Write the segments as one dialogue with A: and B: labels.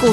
A: 股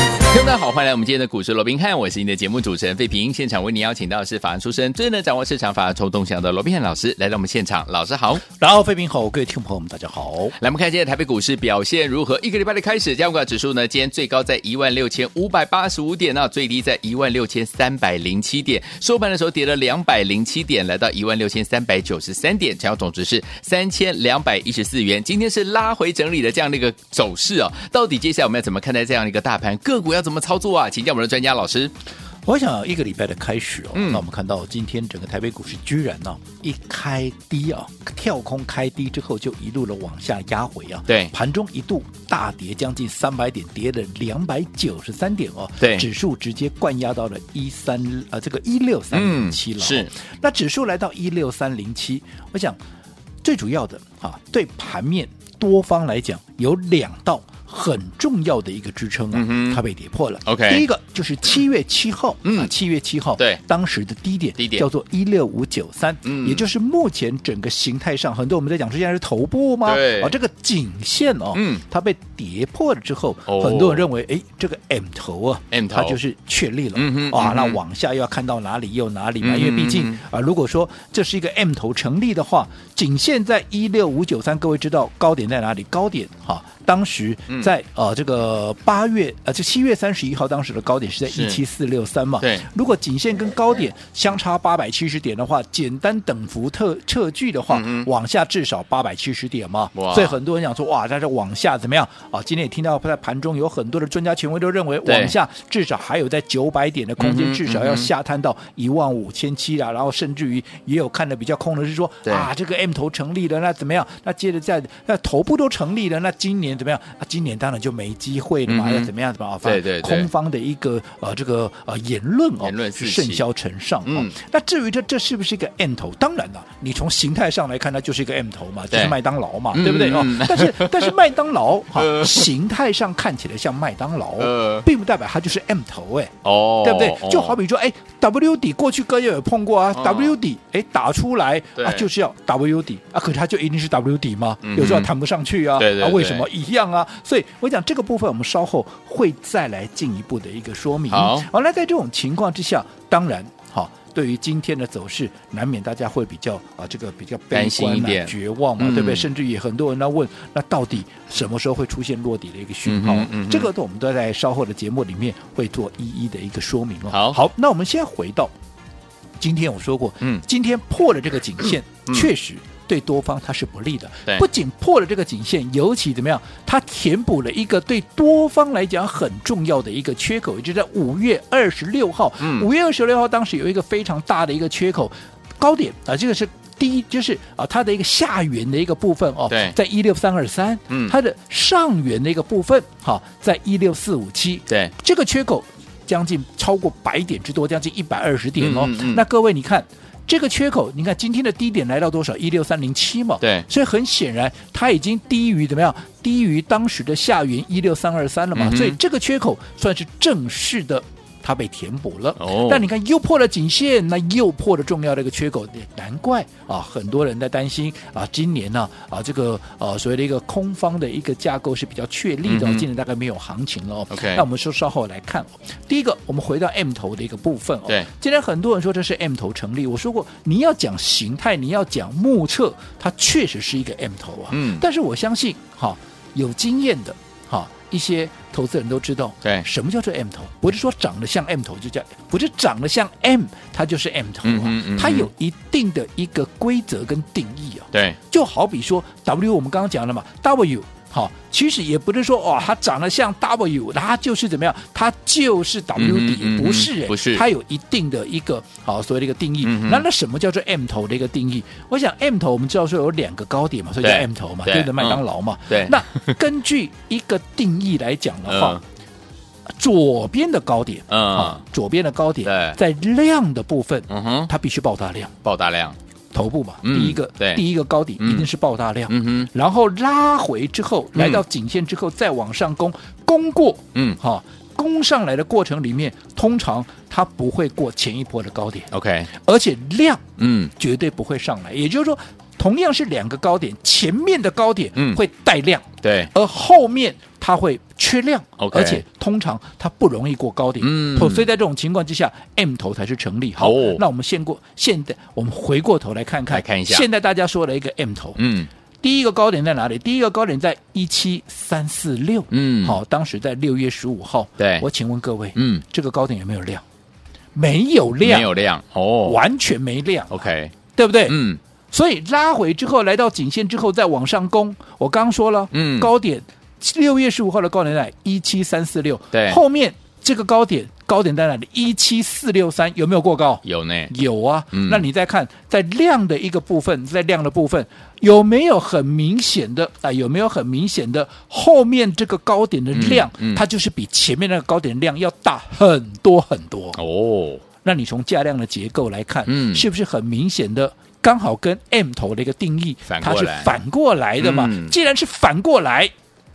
B: 听众大家好，欢迎来我们今天的股市罗宾汉，我是你的节目主持人费平。现场为您邀请到的是法案出身、最能掌握市场法案抽动向的罗宾汉老师来到我们现场，老师好。
C: 然后，费平好，各位听众朋友们，大家好。
B: 来，我们看今天台北股市表现如何？一个礼拜的开始，加权指数呢，今天最高在一万六千五百八十五点啊，最低在一万六千三百零七点，收盘的时候跌了两百零七点，来到一万六千三百九十三点，成交总值是三千两百一十四元。今天是拉回整理的这样的一个走势哦，到底接下来我们要怎么看待这样的一个大盘个股要怎么操作啊？请教我们的专家老师。
C: 我想一个礼拜的开始哦，
B: 嗯
C: 那我们看到今天整个台北股市居然呢、一开低啊，跳空开低之后就一路的往下压回啊，
B: 对
C: 盘中一度大跌将近三百点，跌了两百九十三点哦，
B: 对
C: 指数直接灌压到了一三呃这个一六三零七了、哦
B: 嗯是，
C: 那指数来到一六三零七，我想最主要的哈、对盘面多方来讲有两道。很重要的一个支撑啊，
B: 嗯哼
C: 它被跌破了。
B: OK
C: 第一个就是七月七号，
B: 嗯
C: 啊七月七号，
B: 对
C: 当时的低点，
B: 低点
C: 叫做一六五九三，
B: 嗯
C: 也就是目前整个形态上，很多我们在讲说现在是头部吗？
B: 对
C: 啊，这个颈线哦，
B: 嗯
C: 它被跌破了之后，
B: 哦
C: 很多人认为，哎，这个 M 头啊
B: M 头
C: 它就是确立了，
B: 嗯哼嗯
C: 啊
B: 哼，
C: 那往下又要看到哪里又哪里嘛，
B: 嗯
C: 因为毕竟
B: 嗯
C: 啊，如果说这是一个 M 头成立的话，颈线在一六五九三，各位知道高点在哪里？高点哈、当时
B: 嗯
C: 在、呃这个八月呃就七月三十一号，当时的高点是在
B: 是
C: 一七四六三嘛。
B: 对
C: 如果颈线跟高点相差八百七十点的话，简单等幅特撤距的话，
B: 嗯哼
C: 往下至少八百七十点嘛。
B: 哇
C: 所以很多人讲说，哇，在这往下怎么样啊？今天也听到在盘中有很多的专家权威都认为，
B: 对
C: 往下至少还有在九百点的
B: 嗯
C: 空
B: 哼
C: 间，至少要
B: 嗯哼
C: 下探到一万五千七啊，然后甚至于也有看的比较空的是说
B: 对
C: 啊，这个 M 头成立了，那怎么样？那接着在那头部都成立了，那今年怎么样？啊，今年当然就没机会了
B: 嗯
C: 嘛，
B: 哼
C: 要怎么样？怎么样？
B: 对对对
C: 空方的一个呃这个呃言论哦，
B: 言论
C: 是
B: 四
C: 甚
B: 起
C: 嚣尘上、哦。
B: 嗯
C: 那至于这这是不是一个 M 头？当然了，你从形态上来看，它就是一个 M 头嘛，就
B: 对
C: 是麦当劳嘛，
B: 嗯
C: 对不对哦
B: 嗯？
C: 但是但是麦当劳哈、
B: 呃
C: 形态上看起来像麦当劳，
B: 呃
C: 并不代表它就是 M 头哎、
B: 哦
C: 对不对？就好比说，哎，W 底过去哥也有碰过啊、
B: 嗯
C: w 底哎打出来
B: 对
C: 啊，就是要 W 底啊，可是它就一定是 W 底吗？
B: 嗯哼
C: 有时候谈不上去啊，
B: 对对
C: 啊，
B: 对
C: 为什么一样啊？所以我讲这个部分，我们稍后会再来进一步的一个说明。
B: 好
C: 好，那在这种情况之下，当然好。对于今天的走势，难免大家会比较啊，这个比较悲
B: 担心
C: 观、
B: 一
C: 啊、
B: 点
C: 绝望嘛，
B: 嗯
C: 对不对？甚至于很多人在问，那到底什么时候会出现落底的一个讯号？
B: 嗯哼嗯哼
C: 这个我们都在稍后的节目里面会做一一的一个说明哦。
B: 好
C: 好，那我们先回到今天我说过，
B: 嗯
C: 今天破了这个颈线，
B: 嗯
C: 确实。对多方它是不利的
B: 对，
C: 不仅破了这个颈线，尤其怎么样，它填补了一个对多方来讲很重要的一个缺口，也就是在五月二十六号，
B: 嗯
C: 五、月二十六号当时有一个非常大的一个缺口高点啊，这个是第一，就是啊它的一个下缘的一个部分哦
B: 对，
C: 在一六三二三
B: 嗯，
C: 它的上缘的一个部分好、在一六四五七，
B: 对
C: 这个缺口将近超过百点之多，将近一百二十点哦。
B: 嗯嗯嗯
C: 那各位你看。这个缺口，你看今天的低点来到多少？一六三零七嘛。
B: 对
C: 所以很显然，它已经低于怎么样？低于当时的下云一六三二三了嘛。
B: 嗯哼
C: 所以这个缺口算是正式的，它被填补了。
B: 哦
C: 但你看又破了颈线，那又破了重要的一个缺口，难怪啊，很多人在担心啊，今年呢啊这个呃所谓的一个空方的一个架构是比较确立的哦，
B: 嗯哼
C: 今年大概没有行情了、哦。
B: OK
C: 那我们说稍后来看、哦。第一个，我们回到 M 头的一个部分哦。
B: 对，
C: 今天很多人说这是 M 头成立，我说过，你要讲形态，你要讲目测，它确实是一个 M 头啊。
B: 嗯
C: 但是我相信，哈、有经验的，哈、一些投资人都知道，
B: 对
C: 什么叫做 M 头？不是说长得像 M 头就叫，不是长得像 M，它就是 M 头啊，
B: 嗯哼嗯哼
C: 它有一定的一个规则跟定义啊。
B: 对
C: 就好比说 W，我们刚刚讲了嘛，W 好、其实也不是说哦，它长得像 W，它就是怎么样，它就是 W 底，
B: 嗯嗯嗯嗯
C: 不是、欸，
B: 不是
C: 它有一定的一个好、所谓的一个定义。
B: 嗯哼
C: 那那什么叫做 M 头的一个定义？我想 M 头我们知道说有两个高点嘛，所以叫
B: 对
C: M 头嘛，
B: 对嗯
C: 对的，麦当劳嘛。
B: 对
C: 那根据一个定义来讲的话，左边的高点，
B: 嗯
C: 啊左边的高点
B: 对
C: 在量的部分，
B: 嗯哼
C: 它必须爆大量。
B: 爆大量
C: 头部嘛，
B: 嗯
C: 第一个
B: 对
C: 第一个高底
B: 嗯
C: 一定是爆大量，
B: 嗯哼，
C: 然后拉回之后，
B: 嗯
C: 来到颈线之后再往上攻，攻过，
B: 嗯
C: 哈、攻上来的过程里面，通常它不会过前一波的高点，
B: ，OK，
C: 而且量
B: 嗯
C: 绝对不会上来，也就是说，同样是两个高点，前面的高点
B: 嗯
C: 会带量，
B: 对，
C: 而后面它会缺量
B: OK
C: 而且通常它不容易过高点，
B: 嗯
C: 所以在这种情况之下，M 头才是成立。好，
B: 哦
C: 那我们现过现在我们回过头来看看，
B: 来看一下
C: 现在大家说了一个 M 头，
B: 嗯
C: 第一个高点在哪里？第一个高点在一七三四六，
B: 嗯
C: 好，当时在六月十五号，
B: 对
C: 我请问各位，
B: 嗯，
C: 这个高点有没有量？没有量，哎
B: 没有量哦
C: 完全没量，
B: ，OK，
C: 对不对？
B: 嗯
C: 所以拉回之后，来到颈线之后再往上攻，我刚说了，
B: 嗯
C: 高点六月十五号的高点在一七三四六，
B: 对
C: 后面这个高点高点在哪里？一七四六三有没有过高？
B: 有呢，
C: 有啊，
B: 嗯
C: 那你再看在量的一个部分，在量的部分有没有很明显的啊、有没有很明显的后面这个高点的量，
B: 嗯嗯
C: 它就是比前面那个高点量要大很多很多。
B: 哦，
C: 那你从价量的结构来看，
B: 嗯
C: 是不是很明显的？刚好跟 M 头的一个定义，
B: 反过
C: 它是
B: 来
C: 反过来的嘛。
B: 嗯
C: 既然是反过来，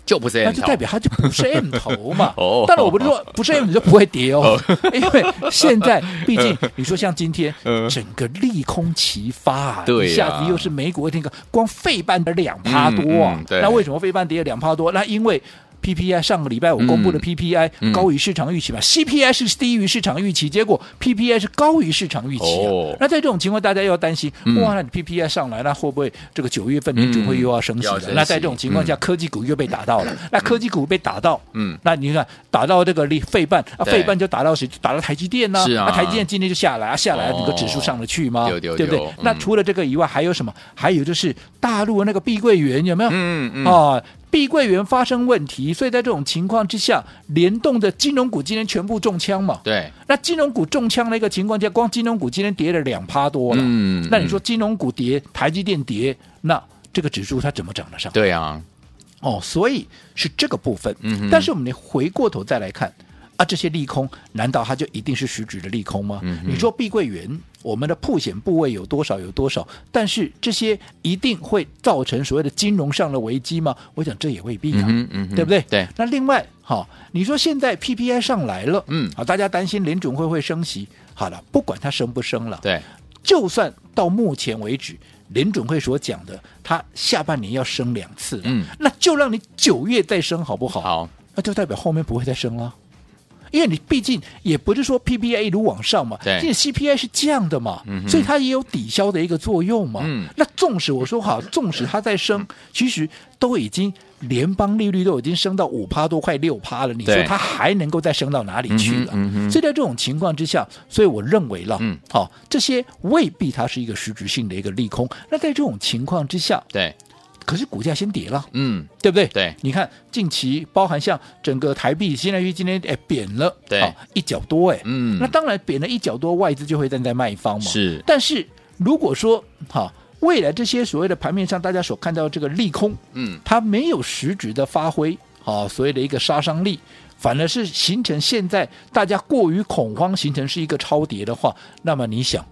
B: 就不是
C: 那
B: M
C: 就
B: 头。
C: 代表它就不是 M 头嘛
B: 哦
C: 当然我不是说不是 M 头就不会跌哦，因为现在毕竟你说像今天
B: 嗯
C: 整个利空齐发啊，
B: 对呀
C: 一下子又是美股那个光费半的两趴多
B: 嗯
C: 啊
B: 嗯，对
C: 那为什么费半跌了两趴多？那因为。PPI 上个礼拜我公布的
B: 嗯
C: PPI、
B: 嗯
C: 高于市场预期吧，CPI 是低于市场预期，结果 PPI 是高于市场预期、啊
B: 哦
C: 那在这种情况，大家又要担心，
B: 嗯
C: 哇，那你 PPI 上来，那会不会这个九月份民主会又要升息
B: 嗯要
C: 了？
B: 升息
C: 那在这种情况下，科技股又被打到了，那科技股被打到，
B: 嗯
C: 那你看打到这个利费半啊，
B: 对
C: 费半就打到谁？就打到台积电呢、
B: 是啊
C: 那台积电今天就下来啊，下来啊
B: 哦
C: 你个指数上得去吗？
B: 对对
C: 不对
B: 对？
C: 那
B: 嗯
C: 除了这个以外，还有什么？还有就是大陆的那个碧桂园有没有？
B: 嗯嗯，
C: 啊，碧桂园发生问题，所以在这种情况之下，联动的金融股今天全部中枪嘛。
B: 对，
C: 那金融股中枪的一个情况下，光金融股今天跌了两趴多了。
B: 嗯
C: 那你说
B: 嗯
C: 金融股跌，台积电跌，那这个指数它怎么涨得上？
B: 对啊，
C: 哦，所以是这个部分。
B: 嗯哼
C: 但是我们回过头再来看啊，这些利空难道它就一定是实质的利空吗？
B: 嗯哼
C: 你说碧桂园，我们的破险部位有多少有多少？但是这些一定会造成所谓的金融上的危机吗？我想这也未必
B: 嗯
C: 啊。
B: 哼嗯哼，
C: 对不对？
B: 对，
C: 那另外，好、你说现在 PPI 上来了，
B: 嗯
C: 好，大家担心联准会会升息。好了，不管它升不升了，
B: 对，
C: 就算到目前为止，联准会所讲的，它下半年要升两次，
B: 嗯，
C: 那就让你九月再升好不好？，
B: 好，
C: 那就代表后面不会再升了。因为你毕竟也不是说 PPI 一路往上嘛，
B: 对
C: 这 CPI 是降的嘛，
B: 嗯哼
C: 所以它也有抵消的一个作用嘛。
B: 嗯
C: 那纵使我说好，纵使它在升，其实都已经联邦利率都已经升到五趴多，快六趴了，你说
B: 对
C: 它还能够再升到哪里去了？
B: 嗯哼嗯哼
C: 所以在这种情况之下，所以我认为了，
B: 嗯
C: 好、这些未必它是一个实质性的一个利空。那在这种情况之下，
B: 对，
C: 可是股价先跌了。
B: 嗯
C: 对不对？
B: 对
C: 你看近期包含像整个台币，现在因为今天哎贬了，
B: 对
C: 好一角多哎，
B: 嗯
C: 那当然贬了一角多，外资就会站在卖方嘛。，
B: 是，
C: 但是如果说好未来这些所谓的盘面上大家所看到的这个利空，
B: 嗯
C: 它没有实质的发挥啊，所谓的一个杀伤力，反而是形成现在大家过于恐慌，形成是一个超跌的话，那么你想，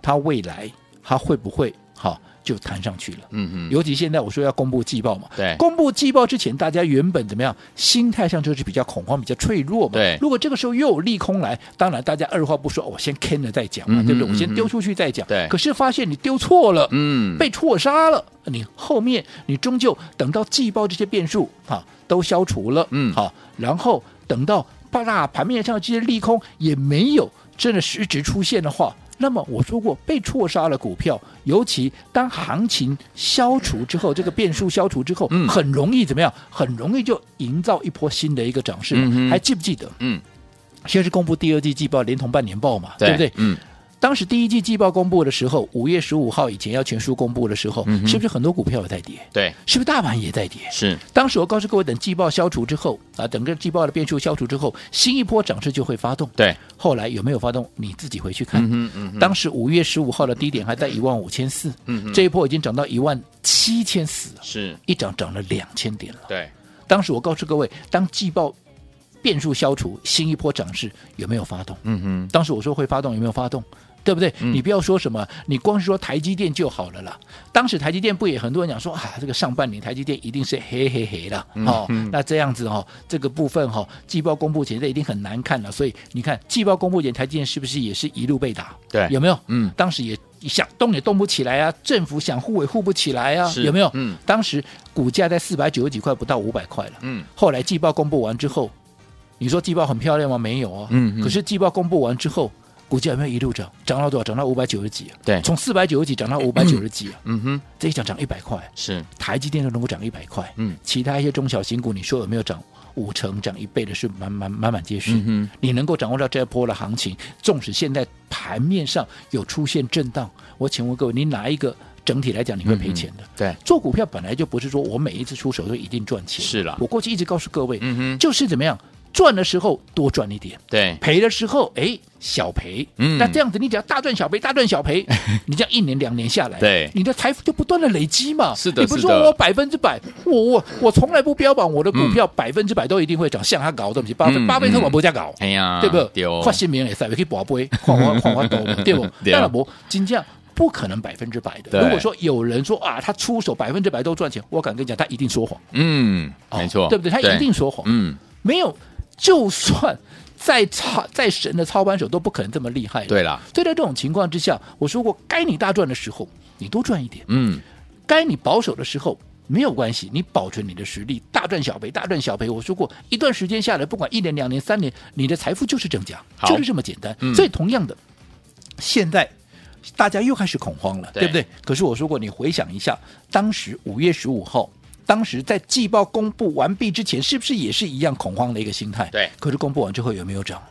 C: 它未来它会不会好就弹上去了？
B: 嗯嗯，
C: 尤其现在我说要公布季报嘛，
B: 对
C: 公布季报之前，大家原本怎么样，心态上就是比较恐慌、比较脆弱嘛。
B: 对
C: 如果这个时候又有利空来，当然大家二话不说，我、哦先坑了再讲
B: 嗯
C: 嘛，
B: 哼
C: 对不对？我
B: 嗯
C: 先
B: 哼
C: 丢出去再讲。
B: 对
C: 可是发现你丢错了，
B: 嗯，
C: 被错杀了，你后面你终究等到季报这些变数啊都消除了，
B: 嗯
C: 好，然后等到大盘面上这些利空也没有真的实质出现的话。那么我说过，被错杀了股票，尤其当行情消除之后，这个变数消除之后，
B: 嗯
C: 很容易怎么样？很容易就营造一波新的一个涨势嘛。
B: 嗯哼
C: 还记不记得？
B: 嗯，
C: 先是公布第二季季报，连同半年报嘛，对不对？
B: 嗯，
C: 当时第一季季报公布的时候，五月十五号以前要全数公布的时候，
B: 嗯哼
C: 是不是很多股票有在跌？
B: 对，
C: 是不是大盘也在跌？
B: 是，
C: 当时我告诉各位，等季报消除之后啊，整个季报的变数消除之后，新一波涨势就会发动。
B: 对，
C: 后来有没有发动？你自己回去看。
B: 嗯哼嗯哼，
C: 当时五月十五号的低点还在一万五千四，
B: 嗯哼
C: 这一波已经涨到一万七千四了，
B: 是，
C: 一涨涨了两千点了。
B: 对，
C: 当时我告诉各位，当季报变数消除，新一波涨势有没有发动？
B: 嗯哼，
C: 当时我说会发动，有没有发动？对不对？
B: 嗯
C: 你不要说什么，你光是说台积电就好了啦。当时台积电不也很多人讲说啊，这个上半年台积电一定是黑黑黑的
B: 嗯
C: 哦。那这样子哦，这个部分哈、哦，季报公布前这一定很难看了。所以你看，季报公布前台积电是不是也是一路被打？
B: 对
C: 有没有？
B: 嗯
C: 当时也想动也动不起来啊，政府想护也护不起来啊，
B: 是
C: 有没有？
B: 嗯，
C: 当时股价在四百九十几块，不到五百块了。
B: 嗯，
C: 后来季报公布完之后，你说季报很漂亮吗？没有哦。
B: 嗯嗯
C: 可是季报公布完之后，股价有没有一路涨？涨到多少？涨到五百九十几啊。
B: 对
C: 从四百九十几涨到五百九十几啊，
B: 嗯哼，
C: 这一涨涨一百块，
B: 是，
C: 台积电都能够涨一百块。
B: 嗯
C: 其他一些中小型股，你说有没有涨？五成涨一倍的是满满满满皆是。
B: 嗯
C: 你能够掌握到这一波的行情，纵使现在盘面上有出现震荡，我请问各位，你哪一个整体来讲你会赔钱的？
B: 哼，对，
C: 做股票本来就不是说我每一次出手都一定赚钱，
B: 是啦
C: 我过去一直告诉各位，
B: 嗯哼
C: 就是怎么样赚的时候多赚一点，
B: 对，
C: 赔的时候哎小赔，
B: 嗯
C: 那这样子你只要大赚小赔，大赚 小赔，你这样一年两年下来，
B: 对
C: 你的财富就不断的累积嘛。
B: 是的
C: 你不是
B: 是
C: 说
B: 的
C: 我百分之百，我我我从来不标榜我的股票百分之百都一定会涨，像他搞这么些，巴菲
B: 嗯
C: 巴菲特
B: 嗯
C: 嘛不这样搞。
B: 哎呀，
C: 对不对？
B: 丢，
C: 发新名也塞，可以博杯， 换换换换斗 嘛，对不？
B: 对哦
C: 当然不，金价不可能百分之百
B: 对
C: 的。如果说有人说啊，他出手百分之百都赚钱，我敢跟你讲，他一定说谎，
B: 嗯，
C: 哦
B: 没错，
C: 对不对？他一定，说谎，
B: 嗯，
C: 没有，就算再操再神的操盘手都不可能这么厉害。
B: 对，啦，
C: 所以在这种情况之下，我说过，该你大赚的时候，你多赚一点；
B: 嗯，
C: 该你保守的时候。没有关系，你保存你的实力，大赚小赔，大赚小赔。我说过，一段时间下来，不管一年、两年、三年，你的财富就是增加，
B: 好
C: 就是这么简单。
B: 嗯
C: 所以，同样的，现在大家又开始恐慌了，
B: 对
C: 对不对？可是我说过，你回想一下，当时五月十五号，当时在季报公布完毕之前，是不是也是一样恐慌的一个心态？
B: 对
C: 可是公布完之后有没有涨？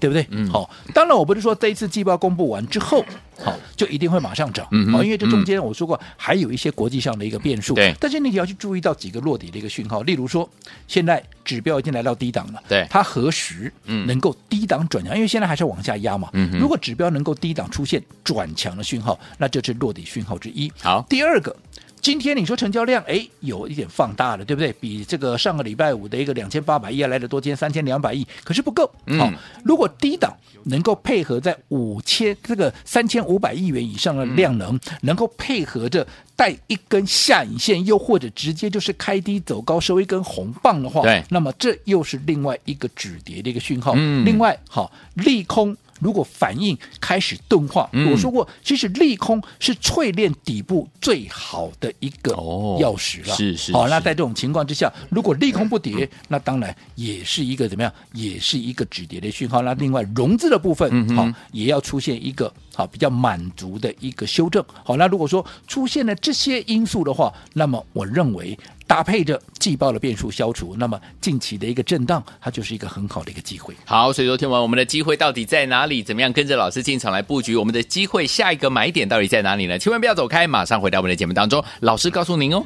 C: 对不对？
B: 嗯
C: 好，当然我不是说这一次季报公布完之后，好就一定会马上涨，哦
B: 嗯哼
C: 好，因为这中间我说过还有一些国际上的一个变数，
B: 对
C: 但是你也要去注意到几个落底的一个讯号，例如说现在指标已经来到低档了，
B: 对
C: 它何时
B: 嗯
C: 能够低档转强？因为现在还是往下压嘛，
B: 嗯哼
C: 如果指标能够低档出现转强的讯号，那这是落底讯号之一。
B: 好，
C: 第二个，今天你说成交量，哎，有一点放大了，对不对？比这个上个礼拜五的一个两千八百亿啊来的多，今天三千两百亿，可是不够。好、
B: 嗯
C: 如果低档能够配合在五千这个三千五百亿元以上的量
B: 嗯
C: 能，能够配合着带一根下影线，又或者直接就是开低走高收一根红棒的话，
B: 对
C: 那么这又是另外一个止跌的一个讯号。
B: 嗯
C: 另外，好、利空。如果反应开始钝化，
B: 嗯
C: 我说过，其实利空是淬炼底部最好的一个
B: 哦
C: 钥匙了。
B: 是是
C: 好，
B: 是
C: 那在这种情况之下，如果利空不跌，那当然也是一个怎么样，也是一个止跌的讯号。那另外融资的部分，
B: 嗯哼
C: 好、也要出现一个好比较满足的一个修正。好，那如果说出现了这些因素的话，那么我认为。搭配着季报的变数消除，那么近期的一个震荡，它就是一个很好的一个机会。
B: 好，所以说听完我们的机会到底在哪里？怎么样跟着老师进场来布局我们的机会？下一个买点到底在哪里呢？千万不要走开，马上回到我们的节目当中，老师告诉您哦。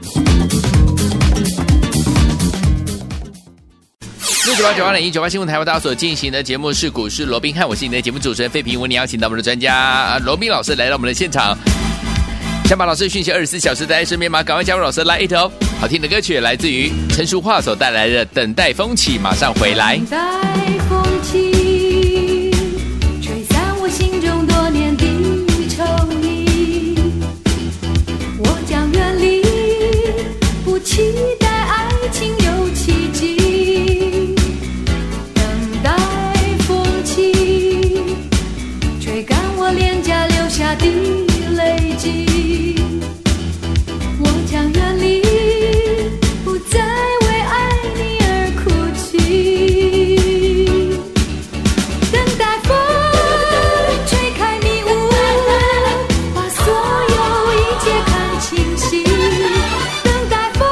B: 六九八九八零一九八新闻台为大家所进行的节目是股市罗宾汉，我是你的节目主持人费平，为你邀请到我们的专家啊罗宾老师来到我们的现场。想把老师的讯息二十四小时带在身边吗？赶快加入老师的 Line 哦！好听的歌曲来自于陈淑桦所带来的《等待风起》，马上回来。
D: 等待风起，吹散我心中多年的愁意。我将远离，不期待爱情有奇迹。等待风起，吹干我脸颊留下的泪迹。我将远离，不再为爱你而哭泣。等待风吹开迷雾，把所有一切看清晰。等待风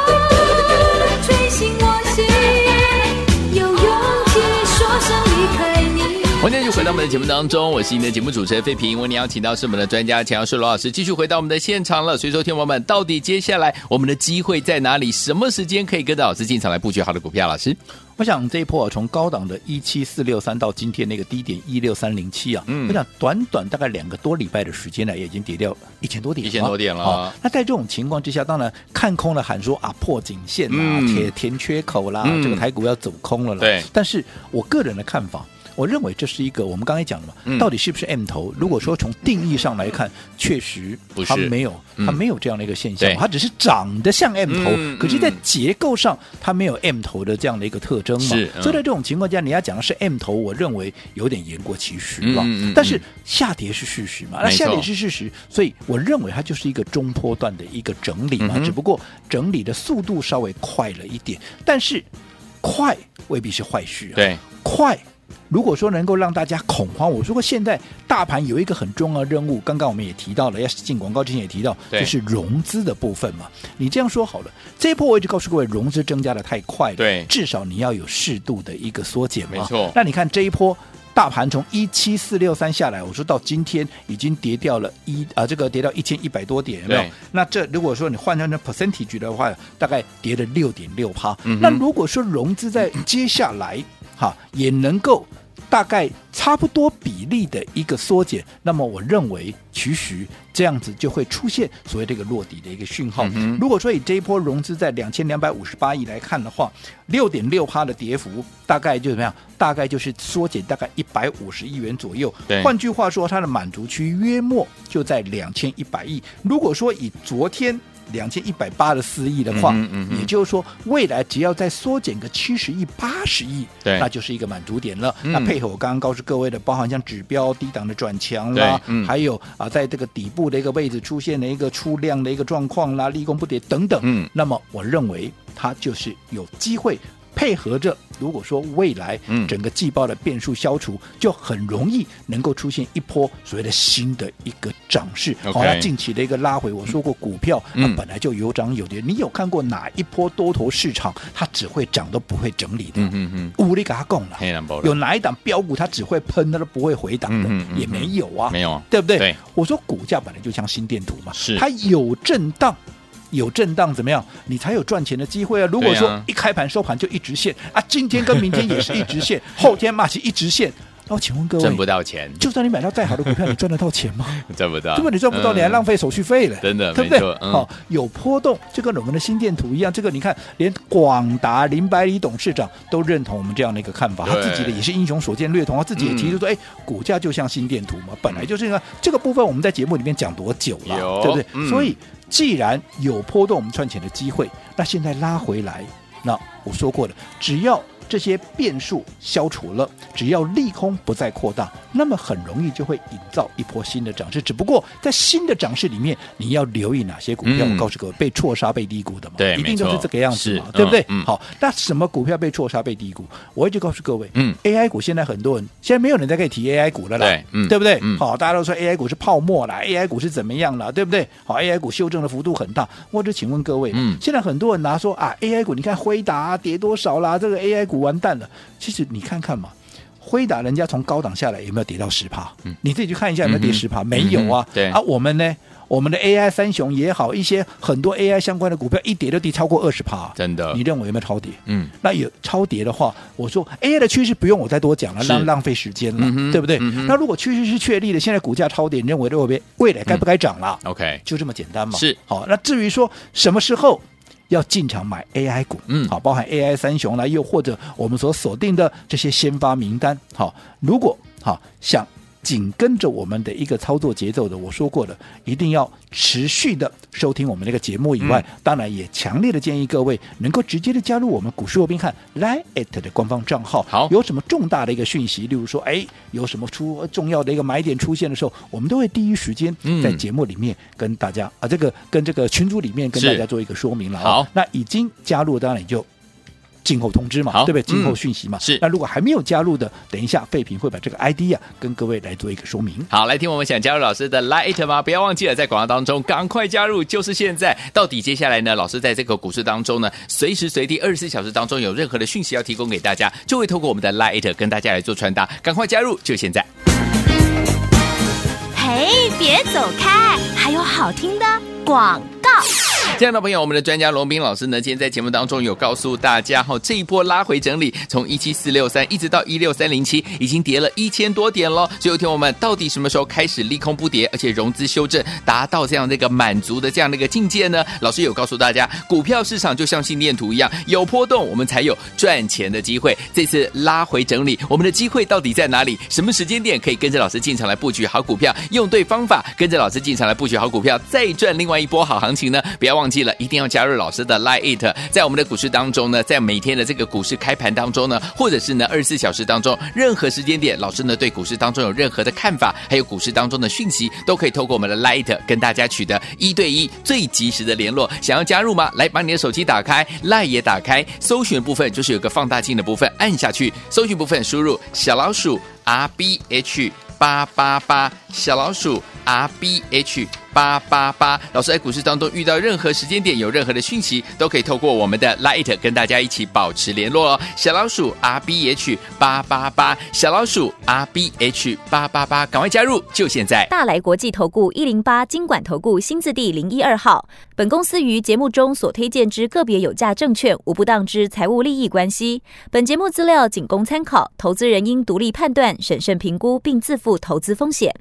D: 吹醒我心，有勇气说声离开你。
B: 欢迎继续回到我们的节目当中，我是您的节目主持人费平。为您邀请到是我们的专家钱耀顺罗老师，继续回到我们的现场了。所以说，天王们，到底接下来我们的机会在哪里？什么时间可以跟着老师进场来布局好的股票？老师，
C: 我想这一波啊，从高档的一七四六三到今天那个低点一六三零七啊，
B: 嗯
C: 我想短短大概两个多礼拜的时间呢，也已经跌掉一千多点了，
B: 1000多点了
C: 好那在这种情况之下，当然看空了喊说啊破颈线啦、啊
B: 嗯
C: 填填缺口啦，
B: 嗯
C: 这个台股要走空了啦。
B: 对
C: 但是我个人的看法。我认为这是一个我们刚才讲的嘛，
B: 嗯
C: 到底是不是 M 头？如果说从定义上来看，确实
B: 不是
C: 它没有，
B: 嗯
C: 它没有这样的一个现象
B: 对，
C: 它只是长得像 M 头
B: 嗯，
C: 可是在
B: 嗯
C: 结构上它没有 M 头的这样的一个特征嘛。所
B: 是
C: 以
B: 嗯
C: 在这种情况下，你要讲的是 M 头，我认为有点言过其实了
B: 嗯嗯嗯。
C: 但是下跌是事实嘛，那
B: 没错
C: 下跌是事实，所以我认为它就是一个中波段的一个整理嘛
B: 嗯，哼
C: 只不过整理的速度稍微快了一点，但是快未必是坏事啊。
B: 对，
C: 快。如果说能够让大家恐慌，我说过现在大盘有一个很重要的任务，刚刚我们也提到了，要进广告之前也提到，
B: 对
C: 就是融资的部分嘛。你这样说好了，这一波我一直告诉各位，融资增加的太快了，
B: 对
C: 至少你要有适度的一个缩减嘛。
B: 没错
C: 那你看这一波。大盘从一七四六三下来，我说到今天已经跌掉了一啊、这个跌到一千一百多点，有没有
B: 对？
C: 那这如果说你换算成 percentage 的话，大概跌了六点六趴。
B: 嗯哼
C: 那如果说融资在接下来哈、也能够大概差不多比例的一个缩减，那么我认为其实这样子就会出现所谓这个落底的一个讯号。
B: 嗯哼
C: 如果说以这一波融资在两千两百五十八亿来看的话，六点六趴的跌幅大概就怎么样？大概就是缩减大概一百五十亿元左右
B: 对。
C: 换句话说，它的满足区约莫就在两千一百亿。如果说以昨天。两千一百八十四亿的话，
B: 嗯哼嗯哼
C: 也就是说，未来只要再缩减个七十亿、八十亿，
B: 对
C: 那就是一个满足点了。
B: 嗯
C: 那配合我刚刚告诉各位的，包含像指标低档的转强啦
B: 对，嗯
C: 还有啊，在这个底部的一个位置出现了一个出量的一个状况啦，利空不跌等等。
B: 嗯
C: 那么我认为它就是有机会配合着，如果说未来
B: 嗯
C: 整个季报的变数消除，就很容易能够出现一波所谓的新的一个涨势。
B: OK
C: 好，那近期的一个拉回，我说过股票
B: 嗯
C: 那本来就有涨有跌，你有看过哪一波多头市场它只会涨都不会整理的？
B: 嗯嗯嗯，
C: 无力给它供了。
B: 黑蓝宝
C: 有哪一档标股它只会喷，它都不会回档的，
B: 嗯嗯嗯
C: 也没有啊，
B: 没有啊
C: 对不对？
B: 对
C: 我说股价本来就像心电图嘛，
B: 是
C: 它有震荡。有震荡怎么样？你才有赚钱的机会啊！如果
B: 对
C: 说
B: 啊
C: 一开盘收盘就一直线啊，今天跟明天也是一 直线，后天嘛是一直线，那我请问各
B: 挣不
C: 位，
B: 到钱，
C: 就算你买到再好的股票，你赚得到 钱吗？
B: 挣不到，
C: 根本你赚不到，你还浪
B: 费，
C: 费手续费了，
B: 真的
C: 对不对
B: 没错？嗯
C: 好，有波动，就跟我们的心电图一样。这个你看，连广达林百里董事长都认同我们这样的一个看法，他
B: 对嗯
C: 自己的也是英雄所见略同，他自己也提出说，哎，股价就像心电图嘛，本来就是呢。这个部分我们在节目里面讲多久
B: 有
C: 了，对不
B: 嗯
C: 对？所以既然有波动，我们赚钱的机会，那现在拉回来，那我说过了，只要这些变数消除了，只要利空不再扩大，那么很容易就会营造一波新的涨势。只不过在新的涨势里面，你要留意哪些股票？
B: 嗯
C: 我告诉各位，被错杀、被低估的嘛，
B: 对
C: 一定都
B: 没
C: 是
B: 错
C: 这个样子嘛
B: 是，
C: 对不对？
B: 嗯嗯
C: 好，那什么股票被错杀、被低估？我一直告诉各位，
B: 嗯
C: ，AI 股现在很多人现在没有人再可以提 AI 股了啦，
B: 对嗯
C: 不对？
B: 嗯
C: 好。哦好，大家都说 AI 股是泡沫啦，AI 股是怎么样啦，对不对？好，AI 股修正的幅度很大。我只请问各位，
B: 嗯
C: 现在很多人拿说啊，AI 股你看辉达、啊跌多少啦，这个 AI 股完蛋了。其实你看看嘛。辉达人家从高档下来有没有跌到十趴？你自己去看一下有没有跌十趴、没有啊
B: 嗯嗯哼。对
C: 啊，我们呢，我们的 AI 三雄也好，一些很多 AI 相关的股票一跌就跌超过二十趴，
B: 真的
C: 你认为有没有超跌？
B: 嗯，
C: 那有超跌的话，我说 AI 的趋势不用我再多讲了，
B: 是
C: 浪浪费时间了，
B: 嗯哼
C: 对不对、
B: 嗯哼
C: 那如果趋势是确立的，现在股价超跌，你认为未来未来该不该涨啦？
B: ，OK，
C: 就这么简单嘛。
B: 是
C: 好，那至于说什么时候要进场买 AI 股，
B: 嗯
C: 好，包含 AI 三雄啦，又或者我们所锁定的这些先发名单，好，如果好想。紧跟着我们的一个操作节奏的，我说过了，一定要持续的收听我们这个节目以外，
B: 嗯
C: 当然也强烈的建议各位能够直接的加入我们股市罗宾汉 Line at 的官方账号。
B: 好
C: 有什么重大的一个讯息，例如说，哎，有什么出重要的一个买点出现的时候，我们都会第一时间
B: 嗯
C: 在节。节目里面跟大家啊，这个跟这个群组里面跟
B: 是
C: 大家做一个说明了、啊。
B: 好
C: 那已经加入，当然也就。静候通知嘛
B: 好，
C: 对不对？静候
B: 嗯
C: 讯息嘛。
B: 是
C: 那如果还没有加入的，等一下废品会把这个 ID 啊跟各位来做一个说明。
B: 好，来听我们想加入老师的 Light 吗？不要忘记了，在广告当中赶快加入，就是现在。到底接下来呢，老师在这个股市当中呢，随时随地二十四小时当中有任何的讯息要提供给大家，就会透过我们的 Light 跟大家来做传达。赶快加入，就现在。
A: 嘿，别走开，还有好听的广告。
B: 亲爱的朋友，我们的专家龙斌老师呢，今天在节目当中有告诉大家哈、这一波拉回整理，从一七四六三一直到一六三零七，已经跌了一千多点喽。所以，有听我们到底什么时候开始利空不跌，而且融资修正达到这样的一个满足的这样的一个境界呢？老师有告诉大家，股票市场就像心电图一样，有波动我们才有赚钱的机会。这次拉回整理，我们的机会到底在哪里？什么时间点可以跟着老师进场来布局好股票？用对方法，跟着老师进场来布局好股票，再赚另外一波好行情呢？不要忘记了，一定要加入老师的 Line It，在我们的股市当中呢，在每天的这个股市开盘当中呢，或者是呢二十四小时当中，任何时间点，老师呢对股市当中有任何的看法，还有股市当中的讯息，都可以透过我们的 Line It 跟大家取得一对一最及时的联络。想要加入吗？来，把你的手机打开，Line 也打开，搜寻部分就是有个放大镜的部分，按下去，搜寻部分输入小老鼠 R B H。八八八，小老鼠 R B H 八八八。老师在股市当中遇到任何时间点有任何的讯息，都可以透过我们的 Light 跟大家一起保持联络哦。小老鼠 R B H 八八八，小老鼠 R B H 八八八，赶快加入，就现在。
E: 大来国际投顾一零八金管投顾新字第零一二号。本公司于节目中所推荐之个别有价证券，无不当之财务利益关系。本节目资料仅供参考，投资人应独立判断、审慎评估，并自负投资风险。